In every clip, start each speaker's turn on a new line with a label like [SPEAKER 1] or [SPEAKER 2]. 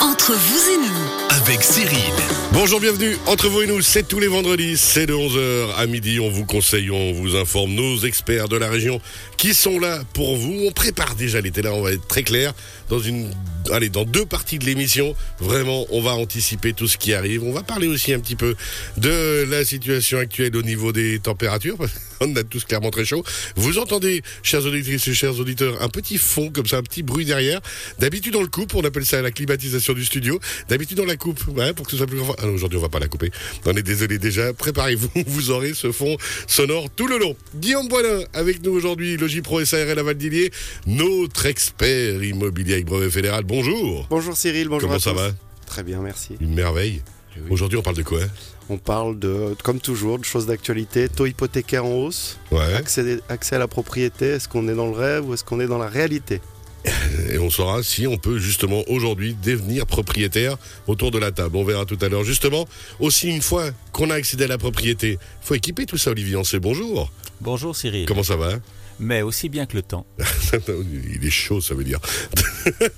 [SPEAKER 1] Entre vous et nous,
[SPEAKER 2] avec Cyril.
[SPEAKER 3] Bonjour, bienvenue entre vous et nous, c'est tous les vendredis, c'est de 11h à midi, on vous conseille, on vous informe, nos experts de la région qui sont là pour vous, on prépare déjà l'été là, on va être très clair, dans une, allez, dans deux parties de l'émission, vraiment, on va anticiper tout ce qui arrive, on va parler aussi un petit peu de la situation actuelle au niveau des températures, parce qu'on a tous clairement très chaud, vous entendez, chers auditrices et chers auditeurs, un petit fond comme ça, un petit bruit derrière, d'habitude on le coupe, on appelle ça la climatisation du studio, d'habitude on la coupe, ouais, pour que ce soit plus grand. Ah non, aujourd'hui, on va pas la couper. On est désolé déjà. Préparez-vous, vous aurez ce fond sonore tout le long. Guillaume Boilin, avec nous aujourd'hui, Logipro SARL à Val-d'Illier, notre expert immobilier avec brevet fédéral. Bonjour.
[SPEAKER 4] Bonjour Cyril, bonjour
[SPEAKER 3] Comment
[SPEAKER 4] à
[SPEAKER 3] ça
[SPEAKER 4] tous.
[SPEAKER 3] va
[SPEAKER 4] Très bien, merci.
[SPEAKER 3] Une merveille.
[SPEAKER 4] Oui.
[SPEAKER 3] Aujourd'hui, on parle de quoi hein
[SPEAKER 4] On parle de, comme toujours, de choses d'actualité, taux hypothécaire en hausse,
[SPEAKER 3] Ouais.
[SPEAKER 4] accès, accès à la propriété, est-ce qu'on est dans le rêve ou est-ce qu'on est dans la réalité
[SPEAKER 3] Et on saura si on peut justement aujourd'hui devenir propriétaire autour de la table. On verra tout à l'heure. Justement, aussi une fois qu'on a accédé à la propriété, faut équiper tout ça, Olivier. On sait bonjour.
[SPEAKER 5] Bonjour Cyril.
[SPEAKER 3] Comment ça va hein
[SPEAKER 5] Mais aussi bien que le temps.
[SPEAKER 3] Il est chaud, ça veut dire.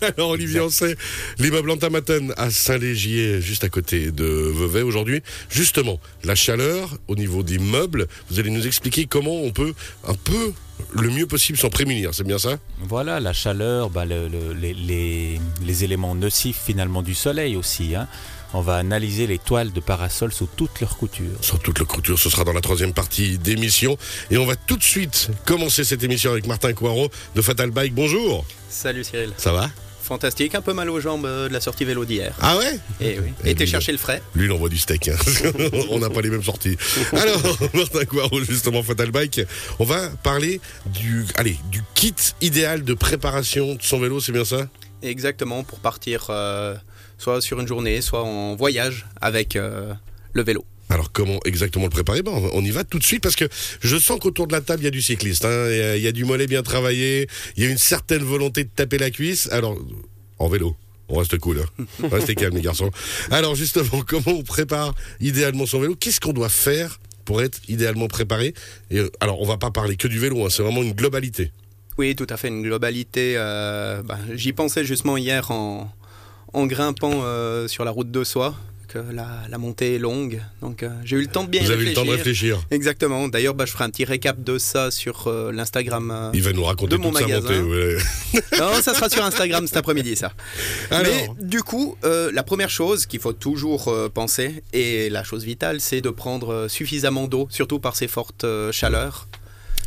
[SPEAKER 3] Alors, Olivier Ancet, l'immeuble Antamatane à Saint-Légier, juste à côté de Vevey aujourd'hui. Justement, la chaleur au niveau des meubles, vous allez nous expliquer comment on peut un peu le mieux possible s'en prémunir, c'est bien ça
[SPEAKER 5] Voilà, la chaleur, bah, le- le- les, les- les éléments nocifs finalement du soleil aussi. hein. On va analyser les toiles de parasol sous toutes leurs coutures.
[SPEAKER 3] Sans toute le couture, ce sera dans la troisième partie d'émission. Et on va tout de suite commencer cette émission avec Martin Coirot de Fatal Bike. Bonjour
[SPEAKER 6] Salut Cyril.
[SPEAKER 3] Ça va
[SPEAKER 6] Fantastique, un peu mal aux jambes euh, de la sortie vélo d'hier.
[SPEAKER 3] Ah ouais
[SPEAKER 6] Et oui.
[SPEAKER 3] Eh
[SPEAKER 6] Et t'es
[SPEAKER 3] oui.
[SPEAKER 6] cherché le frais
[SPEAKER 3] Lui, il envoie du steak. hein. on n'a pas les mêmes sorties. Alors, Martin Coirot, justement, Fatal Bike, on va parler du, allez, du kit idéal de préparation de son vélo, c'est bien ça
[SPEAKER 6] Exactement, pour partir euh, soit sur une journée, soit en voyage avec euh, le vélo.
[SPEAKER 3] alors comment exactement le préparer ben, On on y va tout de suite parce que je sens qu'autour de la table il y a du cycliste, hein. il y a- il y, a du mollet bien travaillé, il y a une certaine volonté de taper la cuisse. Alors en vélo, on reste cool, hein. restez calme les garçons. Alors justement, comment on prépare idéalement son vélo Qu'est-ce qu'on doit faire pour être idéalement préparé Et, euh, Alors on va pas parler que du vélo, hein, c'est vraiment une globalité.
[SPEAKER 6] Oui, tout à fait, une globalité. euh, bah, J'y pensais justement hier en, en grimpant euh, sur la route de soie, que la, la montée est longue. Donc euh, j'ai eu le temps de bien
[SPEAKER 3] Vous
[SPEAKER 6] y
[SPEAKER 3] avez eu le temps de réfléchir.
[SPEAKER 6] Exactement, d'ailleurs bah, je ferai un petit récap de ça sur euh, l'Instagram. euh,
[SPEAKER 3] Il va nous raconter
[SPEAKER 6] De mon
[SPEAKER 3] toute sa
[SPEAKER 6] magasin.
[SPEAKER 3] montée. ouais.
[SPEAKER 6] Non, ça sera sur Instagram cet après-midi, ça.
[SPEAKER 3] Alors.
[SPEAKER 6] Mais du coup, euh, la première chose qu'il faut toujours euh, penser, et la chose vitale, c'est de prendre euh, suffisamment d'eau, surtout par ces fortes euh, chaleurs.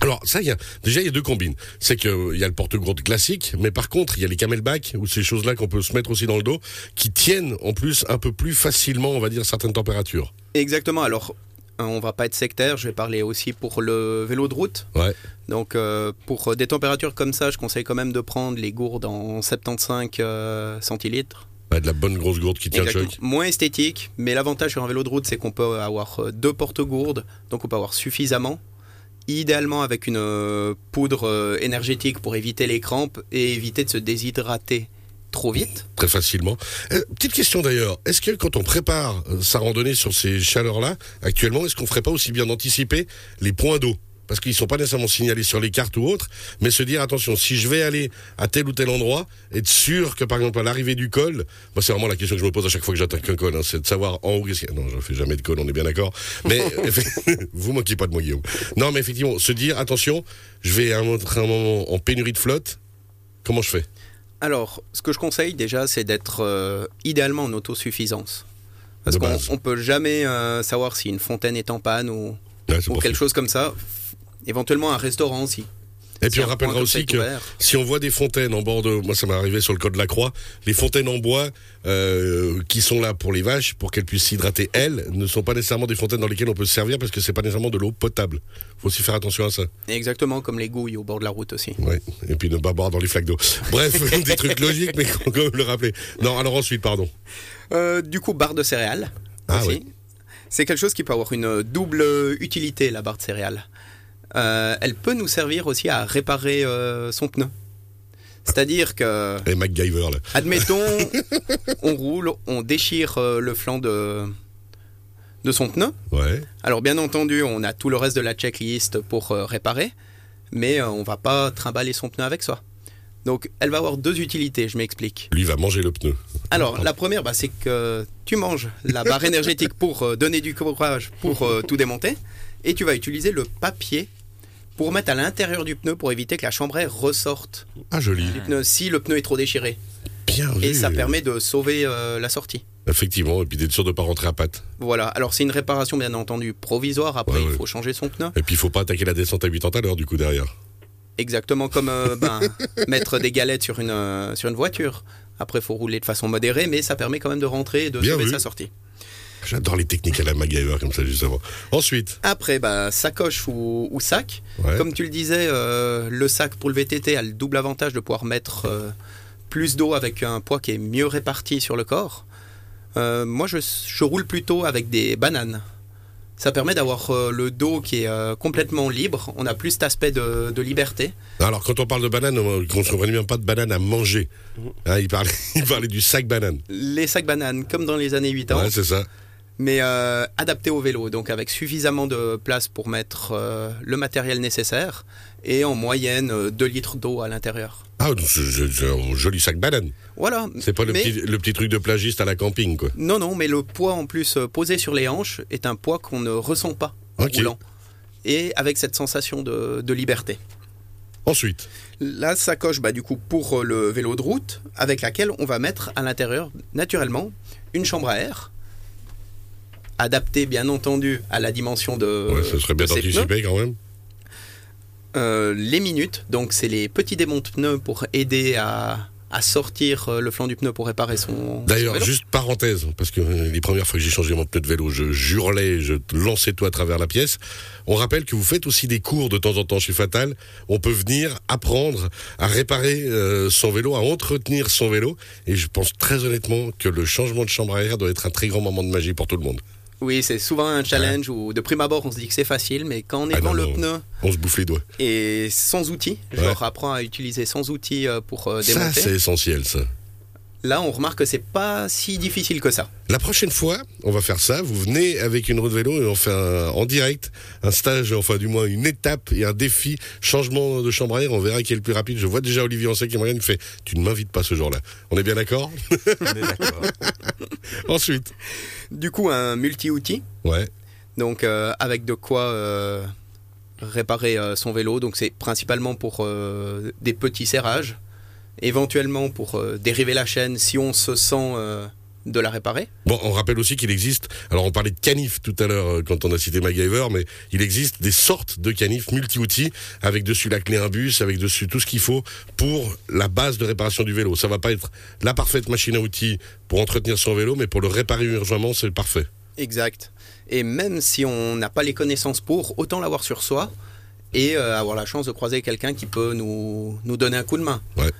[SPEAKER 3] Alors ça, il y a, déjà il y a deux combines. C'est que euh, il y a le porte-grotte classique, mais par contre il y a les camelbacks ou ces choses-là qu'on peut se mettre aussi dans le dos, qui tiennent en plus un peu plus facilement, on va dire, certaines températures.
[SPEAKER 6] Exactement, alors hein, on va pas être sectaire, je vais parler aussi pour le vélo de route.
[SPEAKER 3] Ouais.
[SPEAKER 6] Donc euh, pour des températures comme ça, je conseille quand même de prendre les gourdes en 75 euh, centilitres.
[SPEAKER 3] Bah, de la bonne grosse gourde qui tient le
[SPEAKER 6] Exactement.
[SPEAKER 3] choc.
[SPEAKER 6] Moins esthétique, mais l'avantage sur un vélo de route, c'est qu'on peut avoir euh, deux porte-gourdes, donc on peut avoir suffisamment. Idéalement avec une euh, poudre euh, énergétique pour éviter les crampes et éviter de se déshydrater trop vite.
[SPEAKER 3] Très facilement. Euh, petite question d'ailleurs, est-ce que quand on prépare euh, sa randonnée sur ces chaleurs-là, actuellement, est-ce qu'on ferait pas aussi bien anticiper les points d'eau parce qu'ils sont pas nécessairement signalés sur les cartes ou autres, mais se dire attention, si je vais aller à tel ou tel endroit, être sûr que par exemple à l'arrivée du col, moi c'est vraiment la question que je me pose à chaque fois que j'attaque un col, hein, c'est de savoir en haut qu'est-ce qu'il y a. Non, je fais jamais de col, on est bien d'accord. Mais effe- vous manquez pas de moi, Guillaume. Non, mais effectivement, se dire attention, je vais à un autre- à un moment en pénurie de flotte, comment je fais
[SPEAKER 6] Alors, ce que je conseille déjà, c'est d'être euh, idéalement en autosuffisance. Parce
[SPEAKER 3] De
[SPEAKER 6] qu'on
[SPEAKER 3] base.
[SPEAKER 6] on peut jamais euh, savoir si une fontaine est en panne ou,
[SPEAKER 3] Ouais, c'est
[SPEAKER 6] ou
[SPEAKER 3] pour
[SPEAKER 6] quelque chose comme ça. Éventuellement un restaurant si.
[SPEAKER 3] Et
[SPEAKER 6] si
[SPEAKER 3] puis
[SPEAKER 6] un
[SPEAKER 3] on
[SPEAKER 6] coin
[SPEAKER 3] rappellera
[SPEAKER 6] comme ça
[SPEAKER 3] aussi
[SPEAKER 6] est
[SPEAKER 3] que
[SPEAKER 6] ouvert.
[SPEAKER 3] si on voit des fontaines en bord de, moi ça m'est arrivé sur le code de la Croix, les fontaines en bois euh, qui sont là pour les vaches, pour qu'elles puissent s'hydrater elles, ne sont pas nécessairement des fontaines dans lesquelles on peut se servir parce que c'est pas nécessairement de l'eau potable. Faut aussi faire attention à ça.
[SPEAKER 6] Exactement comme les gouilles au bord de la route aussi.
[SPEAKER 3] Ouais. Et puis ne pas boire dans les flaques d'eau. Bref, des trucs logiques mais qu'on quand même le rappeler. Non, alors ensuite pardon.
[SPEAKER 6] Euh, du coup, barre de céréales.
[SPEAKER 3] Ah
[SPEAKER 6] aussi.
[SPEAKER 3] oui.
[SPEAKER 6] C'est quelque chose qui peut avoir une double euh, utilité, la barre de céréales. Euh, elle peut nous servir aussi à réparer euh, son pneu. C'est-à-dire que,
[SPEAKER 3] Et MacGyver là.
[SPEAKER 6] admettons, on roule, on déchire euh, le flanc de, de son pneu.
[SPEAKER 3] Ouais.
[SPEAKER 6] Alors, bien entendu, on a tout le reste de la checklist pour euh, réparer, mais euh, on va pas trimballer son pneu avec soi. Donc elle va avoir deux utilités, je m'explique.
[SPEAKER 3] Lui va manger le pneu.
[SPEAKER 6] Alors la première, bah, c'est que tu manges la barre énergétique pour euh, donner du courage pour euh, tout démonter, et tu vas utiliser le papier pour mettre à l'intérieur du pneu pour éviter que la chambre air ressorte
[SPEAKER 3] Ah, joli.
[SPEAKER 6] du pneu si le pneu est trop déchiré.
[SPEAKER 3] Bien vu.
[SPEAKER 6] Et ça permet de sauver euh, la sortie.
[SPEAKER 3] Effectivement, et puis d'être sûr de ne pas rentrer à pattes.
[SPEAKER 6] Voilà, alors c'est une réparation bien entendu provisoire, après
[SPEAKER 3] Ouais,
[SPEAKER 6] il
[SPEAKER 3] ouais.
[SPEAKER 6] faut changer son pneu.
[SPEAKER 3] Et puis, il faut pas attaquer la descente à 80 à l'heure, du coup, derrière.
[SPEAKER 6] Exactement comme euh, ben, mettre des galettes sur une, euh, sur une voiture. Après, faut rouler de façon modérée, mais ça permet quand même de rentrer et de
[SPEAKER 3] Bien
[SPEAKER 6] sauver
[SPEAKER 3] vu.
[SPEAKER 6] sa sortie.
[SPEAKER 3] J'adore les techniques à la MacGyver, comme ça, justement. Ensuite,
[SPEAKER 6] Après, ben, sacoche ou, ou sac.
[SPEAKER 3] ouais.
[SPEAKER 6] Comme tu le disais, euh, le sac pour le VTT a le double avantage de pouvoir mettre euh, plus d'eau avec un poids qui est mieux réparti sur le corps. Euh, moi, je, je roule plutôt avec des bananes. Ça permet d'avoir euh, le dos qui est euh, complètement libre. On a plus cet aspect de, de liberté.
[SPEAKER 3] Alors, quand on parle de banane, on- qu'on se comprenne bien, pas de banane à manger. Hein, il, parlait, il parlait du sac banane.
[SPEAKER 6] Les sacs bananes, comme dans les années 80.
[SPEAKER 3] Ouais, c'est ça.
[SPEAKER 6] mais euh, adapté au vélo, donc avec suffisamment de place pour mettre euh, le matériel nécessaire et en moyenne euh, 2 litres d'eau à l'intérieur.
[SPEAKER 3] Ah, c'est c'est- c'est un joli sac banane.
[SPEAKER 6] Voilà.
[SPEAKER 3] C'est pas le,
[SPEAKER 6] Mais-
[SPEAKER 3] petit, le petit truc de plagiste à la camping, quoi.
[SPEAKER 6] Non, non, mais le poids en plus euh, posé sur les hanches est un poids qu'on ne ressent pas en
[SPEAKER 3] Ok.
[SPEAKER 6] roulant. Et avec cette sensation de, de liberté.
[SPEAKER 3] Ensuite,
[SPEAKER 6] La sacoche, bah, du coup, pour euh, le vélo de route, avec laquelle on va mettre à l'intérieur, naturellement, une chambre à air, adaptée bien entendu à la dimension de.
[SPEAKER 3] ouais, ce serait bien
[SPEAKER 6] de ses pneus.
[SPEAKER 3] d'anticiper quand même.
[SPEAKER 6] Euh, les minutes, donc c'est les petits démonts de pneus pour aider à, à sortir euh, le flanc du pneu pour réparer son. son
[SPEAKER 3] D'ailleurs,
[SPEAKER 6] vélo.
[SPEAKER 3] juste parenthèse, parce que euh, les premières fois que j'ai changé mon pneu de vélo, je hurlais, je te lançais tout à travers la pièce. On rappelle que vous faites aussi des cours de temps en temps chez Fatal. On peut venir apprendre à réparer euh, son vélo, à entretenir son vélo. Et je pense très honnêtement que le changement de chambre à air doit être un très grand moment de magie pour tout le monde.
[SPEAKER 6] Oui, c'est souvent un challenge où de prime abord on se dit que c'est facile, mais quand on est
[SPEAKER 3] Ah
[SPEAKER 6] dans
[SPEAKER 3] non,
[SPEAKER 6] le
[SPEAKER 3] non.
[SPEAKER 6] pneu
[SPEAKER 3] On se bouffe les doigts.
[SPEAKER 6] et sans outils, je
[SPEAKER 3] Ouais.
[SPEAKER 6] leur apprends à utiliser sans outils euh, pour euh,
[SPEAKER 3] Ça,
[SPEAKER 6] démonter.
[SPEAKER 3] c'est essentiel, ça.
[SPEAKER 6] Là, on remarque que c'est pas si difficile que ça.
[SPEAKER 3] La prochaine fois, on va faire ça. Vous venez avec une roue de vélo et on fait un- en direct un stage, enfin du moins une étape et un défi, changement de chambre à air. On verra qui est le plus rapide. Je vois déjà Olivier Ancel qui me regarde, il me fait Tu ne m'invites pas ce jour-là. On est bien d'accord
[SPEAKER 5] On est d'accord.
[SPEAKER 3] Ensuite.
[SPEAKER 6] Du coup, un multi-outil,
[SPEAKER 3] Ouais.
[SPEAKER 6] donc euh, avec de quoi euh, réparer euh, son vélo. Donc c'est principalement pour euh, des petits serrages, éventuellement pour euh, dériver la chaîne si on se sent euh, de la réparer.
[SPEAKER 3] Bon, on rappelle aussi qu'il existe. Alors, on parlait de canif tout à l'heure euh, quand on a cité MacGyver, mais il existe des sortes de canifs multi-outils avec dessus la clé imbus, avec dessus tout ce qu'il faut pour la base de réparation du vélo. Ça va pas être la parfaite machine à outils pour entretenir son vélo, mais pour le réparer urgemment, c'est parfait.
[SPEAKER 6] Exact. Et même si on n'a pas les connaissances pour, autant l'avoir sur soi et euh, avoir la chance de croiser quelqu'un qui peut nous, nous donner un coup de main.
[SPEAKER 3] Ouais.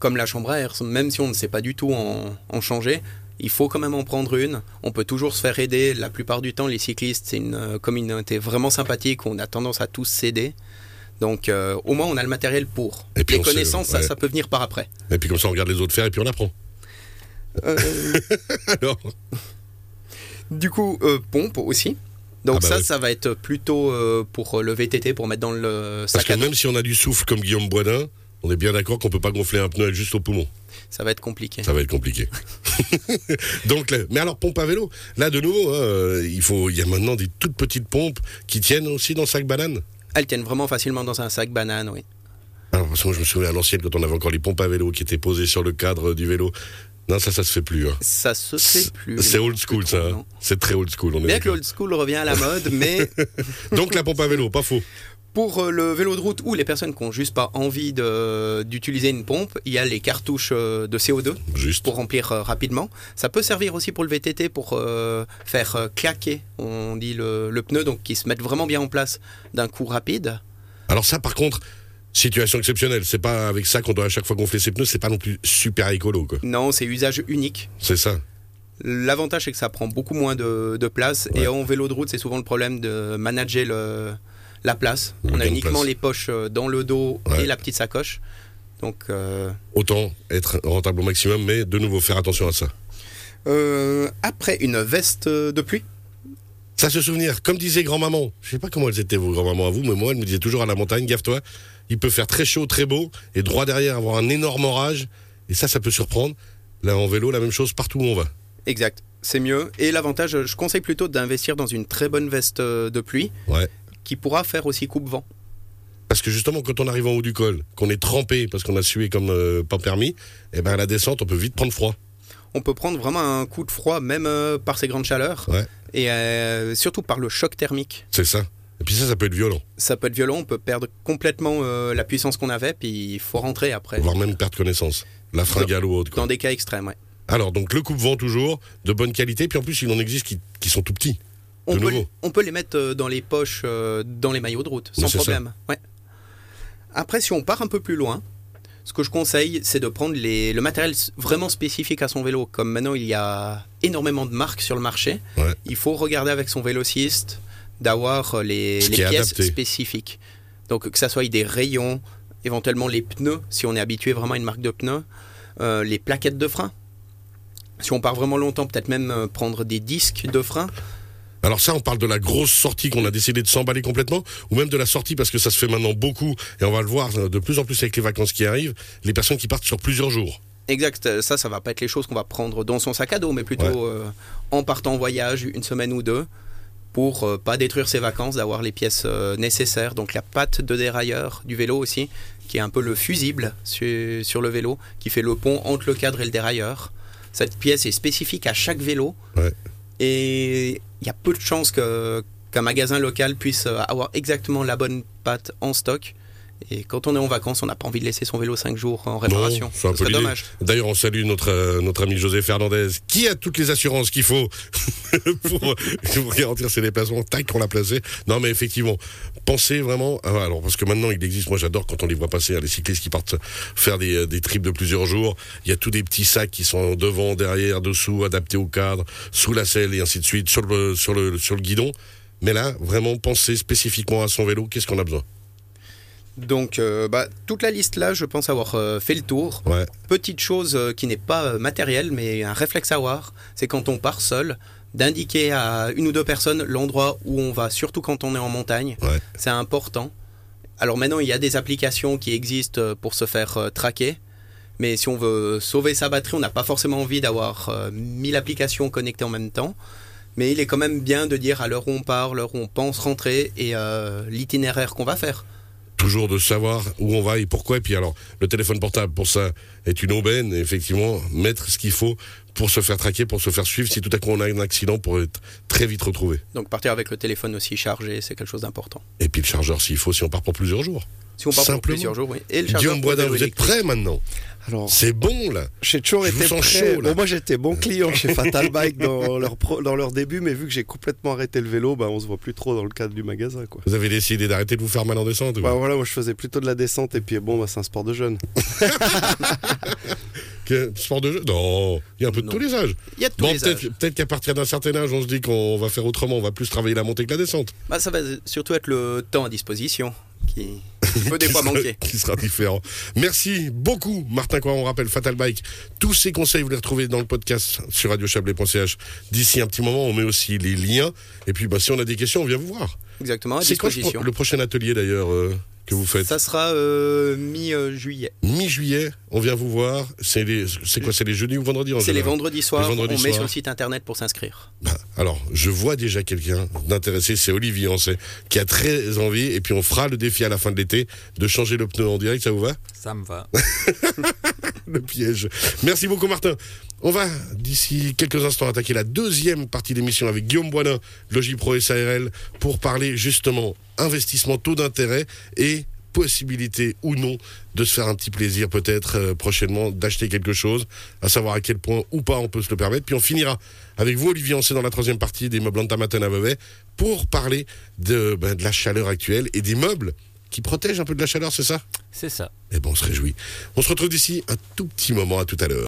[SPEAKER 6] Comme la chambre à air, même si on ne sait pas du tout en, en changer, il faut quand même en prendre une. On peut toujours se faire aider. La plupart du temps, les cyclistes, c'est une euh, communauté vraiment sympathique. On a tendance à tous s'aider. Donc euh, au moins, on a le matériel pour.
[SPEAKER 3] Et puis
[SPEAKER 6] les
[SPEAKER 3] on se-
[SPEAKER 6] connaissances, ça,
[SPEAKER 3] ouais.
[SPEAKER 6] ça peut venir par après.
[SPEAKER 3] Et puis comme ça, on regarde les autres faire et puis on apprend.
[SPEAKER 6] Euh,
[SPEAKER 3] Alors,
[SPEAKER 6] Du coup, euh, pompe aussi. Donc
[SPEAKER 3] Ah bah
[SPEAKER 6] ça,
[SPEAKER 3] oui.
[SPEAKER 6] ça va être plutôt euh, pour le VTT, pour mettre dans le
[SPEAKER 3] parce
[SPEAKER 6] sac
[SPEAKER 3] que
[SPEAKER 6] à dos.
[SPEAKER 3] même si on a du souffle comme Guillaume Boisdin, on est bien d'accord qu'on peut pas gonfler un pneu avec juste au poumon.
[SPEAKER 6] Ça va être compliqué.
[SPEAKER 3] Ça va être compliqué. Donc, là- mais alors pompe à vélo. Là, de nouveau, hein, euh, il faut, il y a maintenant des toutes petites pompes qui tiennent aussi dans le sac banane.
[SPEAKER 6] Elles tiennent vraiment facilement dans un sac banane, oui.
[SPEAKER 3] Alors, parce que moi, je me souviens à l'ancienne quand on avait encore les pompes à vélo qui étaient posées sur le cadre du vélo. Non, ça, ça se fait plus. hein.
[SPEAKER 6] Ça se fait plus.
[SPEAKER 3] C'est old school, ça. hein.
[SPEAKER 6] non.
[SPEAKER 3] C'est très old school. On est
[SPEAKER 6] Bien que
[SPEAKER 3] d'accord.
[SPEAKER 6] l'old school revient à la mode, mais
[SPEAKER 3] Donc, la pompe à vélo, pas faux.
[SPEAKER 6] pour euh, le vélo de route ou les personnes qui n'ont juste pas envie de- d'utiliser une pompe, il y a les cartouches euh, de CO2
[SPEAKER 3] Juste.
[SPEAKER 6] pour remplir euh, rapidement. Ça peut servir aussi pour le VTT pour euh, faire euh, claquer, on dit le, le pneu, donc qui se mettent vraiment bien en place d'un coup rapide.
[SPEAKER 3] Alors ça, par contre, situation exceptionnelle. C'est pas avec ça qu'on doit à chaque fois gonfler ses pneus. C'est pas non plus super écolo, quoi.
[SPEAKER 6] Non, c'est usage unique.
[SPEAKER 3] C'est ça.
[SPEAKER 6] L'avantage, c'est que ça prend beaucoup moins de, de place.
[SPEAKER 3] Ouais.
[SPEAKER 6] Et en vélo de route, c'est souvent le problème de manager le- la place.
[SPEAKER 3] Le
[SPEAKER 6] On
[SPEAKER 3] gain
[SPEAKER 6] a
[SPEAKER 3] de
[SPEAKER 6] uniquement
[SPEAKER 3] place.
[SPEAKER 6] les poches euh, dans le dos
[SPEAKER 3] Ouais.
[SPEAKER 6] et la petite sacoche. Donc, euh,
[SPEAKER 3] Autant être rentable au maximum, mais de nouveau faire attention à ça.
[SPEAKER 6] euh, après, une veste de pluie.
[SPEAKER 3] Ça se souvenir, comme disait grand-maman, je sais pas comment elles étaient vos grand-mamans à vous, mais moi, elle me disait toujours à la montagne, gaffe-toi, il peut faire très chaud, très beau, et droit derrière avoir un énorme orage. Et ça, ça peut surprendre. Là, en vélo, la même chose partout où on va.
[SPEAKER 6] Exact, c'est mieux. Et l'avantage, je conseille plutôt d'investir dans une très bonne veste euh, de pluie
[SPEAKER 3] Ouais.
[SPEAKER 6] qui pourra faire aussi coupe-vent.
[SPEAKER 3] Parce que justement, quand on arrive en haut du col, qu'on est trempé parce qu'on a sué comme euh, pas permis, et ben à la descente, on peut vite prendre froid.
[SPEAKER 6] On peut prendre vraiment un coup de froid, même euh, par ces grandes chaleurs,
[SPEAKER 3] Ouais.
[SPEAKER 6] et euh, surtout par le choc thermique.
[SPEAKER 3] C'est ça. Et puis ça, ça peut être violent,
[SPEAKER 6] Ça peut être violent, on peut perdre complètement euh, la puissance qu'on avait, puis il faut rentrer après.
[SPEAKER 3] voire même perdre connaissance. La fringale ou autre. quoi.
[SPEAKER 6] Dans des cas extrêmes, ouais.
[SPEAKER 3] Alors, donc le coupe-vent toujours, de bonne qualité, puis en plus, il en existe qui, qui sont tout petits.
[SPEAKER 6] On
[SPEAKER 3] De
[SPEAKER 6] peut,
[SPEAKER 3] nouveau.
[SPEAKER 6] les- on peut les mettre euh, dans les poches, euh, dans les maillots de route,
[SPEAKER 3] Oui,
[SPEAKER 6] sans
[SPEAKER 3] c'est ça.
[SPEAKER 6] problème. Ouais. Après, si on part un peu plus loin, ce que je conseille, c'est de prendre les- le matériel s- vraiment spécifique à son vélo. Comme maintenant, il y a énormément de marques sur le marché,
[SPEAKER 3] Ouais.
[SPEAKER 6] il faut regarder avec son vélociste d'avoir euh, les,
[SPEAKER 3] Ce
[SPEAKER 6] les
[SPEAKER 3] qui est
[SPEAKER 6] pièces
[SPEAKER 3] adapté.
[SPEAKER 6] spécifiques. Donc, que ça soit des rayons, éventuellement les pneus, si on est habitué vraiment à une marque de pneus, euh, les plaquettes de frein. Si on part vraiment longtemps, peut-être même euh, prendre des disques de frein.
[SPEAKER 3] Alors ça, on parle de la grosse sortie qu'on a décidé de s'emballer complètement, ou même de la sortie parce que ça se fait maintenant beaucoup, et on va le voir euh, de plus en plus avec les vacances qui arrivent, les personnes qui partent sur plusieurs jours.
[SPEAKER 6] Exact, euh, ça, ça va pas être les choses qu'on va prendre dans son sac à dos, mais plutôt
[SPEAKER 3] Ouais.
[SPEAKER 6] euh, en partant en voyage une semaine ou deux pour euh, pas détruire ses vacances, d'avoir les pièces euh, nécessaires, donc la patte de dérailleur du vélo aussi, qui est un peu le fusible su- sur le vélo, qui fait le pont entre le cadre et le dérailleur. Cette pièce est spécifique à chaque vélo
[SPEAKER 3] Ouais.
[SPEAKER 6] et il y a peu de chances que- qu'un magasin local puisse euh, avoir exactement la bonne patte en stock. Et quand on est en vacances, on n'a pas envie de laisser son vélo 5 jours en réparation.
[SPEAKER 3] c'est un
[SPEAKER 6] Ce
[SPEAKER 3] peu
[SPEAKER 6] serait
[SPEAKER 3] l'idée.
[SPEAKER 6] dommage.
[SPEAKER 3] D'ailleurs, on salue notre, euh, notre ami José Fernandez, qui a toutes les assurances qu'il faut pour, pour garantir ses déplacements. Tac, on l'a placé. Non, mais effectivement, pensez vraiment. ah, Alors, parce que maintenant, il existe. Moi, j'adore quand on les voit passer, hein, les cyclistes qui partent faire des, euh, des trips de plusieurs jours. Il y a tous des petits sacs qui sont devant, derrière, dessous, adaptés au cadre, sous la selle et ainsi de suite, sur le, sur le, sur le guidon. Mais là, vraiment, pensez spécifiquement à son vélo. Qu'est-ce qu'on a besoin
[SPEAKER 6] Donc, euh, bah, toute la liste là, je pense avoir euh, fait le tour.
[SPEAKER 3] Ouais.
[SPEAKER 6] Petite chose euh, qui n'est pas euh, matérielle, mais un réflexe à avoir, c'est quand on part seul, d'indiquer à une ou deux personnes l'endroit où on va, surtout quand on est en montagne.
[SPEAKER 3] Ouais.
[SPEAKER 6] C'est important. Alors maintenant, il y a des applications qui existent euh, pour se faire euh, traquer. Mais si on veut sauver sa batterie, on n'a pas forcément envie d'avoir euh, 1000 applications connectées en même temps. Mais il est quand même bien de dire à l'heure où on part, l'heure où on pense rentrer et euh, l'itinéraire qu'on va faire.
[SPEAKER 3] toujours de savoir où on va et pourquoi. Et puis alors, le téléphone portable, pour ça, est une aubaine. Et effectivement, mettre ce qu'il faut pour se faire traquer, pour se faire suivre, si tout à coup on a un accident, pour être très vite retrouvé.
[SPEAKER 6] Donc partir avec le téléphone aussi chargé, c'est quelque chose d'important.
[SPEAKER 3] Et puis le chargeur, s'il faut, si on part pour plusieurs jours.
[SPEAKER 6] Si on part
[SPEAKER 3] Simplement.
[SPEAKER 6] pour plusieurs jours, oui. Et le chargeur
[SPEAKER 3] Guillaume
[SPEAKER 6] pour le
[SPEAKER 3] Boisdin,
[SPEAKER 6] vélo
[SPEAKER 3] vous êtes
[SPEAKER 6] électrique.
[SPEAKER 3] prêt maintenant
[SPEAKER 4] Alors,
[SPEAKER 3] C'est bon, là
[SPEAKER 4] j'ai toujours
[SPEAKER 3] Je vous
[SPEAKER 4] été
[SPEAKER 3] sens
[SPEAKER 4] prêt.
[SPEAKER 3] chaud, là.
[SPEAKER 4] Bon, moi, j'étais bon client chez Fatal Bike dans leur, pro- dans leur début, mais vu que j'ai complètement arrêté le vélo, bah, on se voit plus trop dans le cadre du magasin. Quoi.
[SPEAKER 3] Vous avez décidé d'arrêter de vous faire mal en descente ou
[SPEAKER 4] Bah, voilà, moi, je faisais plutôt de la descente, et puis bon, bah, c'est un sport de jeune.
[SPEAKER 3] Que- Sport de jeu Non, il y a un peu de
[SPEAKER 6] Non.
[SPEAKER 3] tous les âges.
[SPEAKER 6] Il y a de tous
[SPEAKER 3] Bon,
[SPEAKER 6] les
[SPEAKER 3] peut-être
[SPEAKER 6] âges.
[SPEAKER 3] peut-être qu'à partir d'un certain âge, on se dit qu'on va faire autrement, on va plus travailler la montée que la descente.
[SPEAKER 6] Bah, ça va surtout être le temps à disposition qui, qui peut des
[SPEAKER 3] qui
[SPEAKER 6] fois
[SPEAKER 3] sera-
[SPEAKER 6] manquer.
[SPEAKER 3] Qui sera différent. Merci beaucoup, Martin Coin. On rappelle Fatal Bike. Tous ces conseils, vous les retrouvez dans le podcast sur radiochablais.ch. D'ici un petit moment, on met aussi les liens. Et puis, bah, si on a des questions, on vient vous voir.
[SPEAKER 6] Exactement, à
[SPEAKER 3] C'est quand le pro-
[SPEAKER 6] disposition.
[SPEAKER 3] le prochain atelier, d'ailleurs, euh, que vous faites
[SPEAKER 6] Ça sera euh, mi-juillet.
[SPEAKER 3] Mi-juillet, on vient vous voir. C'est les- c'est quoi C'est les jeudis ou vendredis en
[SPEAKER 6] C'est les
[SPEAKER 3] général
[SPEAKER 6] vendredis soirs,
[SPEAKER 3] vendredis
[SPEAKER 6] on met
[SPEAKER 3] soirs.
[SPEAKER 6] sur le site internet pour s'inscrire.
[SPEAKER 3] Bah, Alors, je vois déjà quelqu'un d'intéressé, c'est Olivier Ancet, qui a très envie, et puis on fera le défi à la fin de l'été de changer le pneu en direct, ça vous va
[SPEAKER 5] Ça me va.
[SPEAKER 3] le piège. Merci beaucoup Martin. On va d'ici quelques instants attaquer la deuxième partie d'émission avec Guillaume Boilin, Logipro SARL, pour parler justement investissement, taux d'intérêt et possibilité ou non de se faire un petit plaisir peut-être euh, prochainement d'acheter quelque chose, à savoir à quel point ou pas on peut se le permettre. Puis on finira avec vous Olivier Ancet dans la troisième partie des meubles Antamaten à Vevey pour parler de, ben, de la chaleur actuelle et des meubles qui protègent un peu de la chaleur, c'est ça
[SPEAKER 5] C'est ça.
[SPEAKER 3] eh ben, on se réjouit. On se retrouve d'ici un tout petit moment. À tout à l'heure.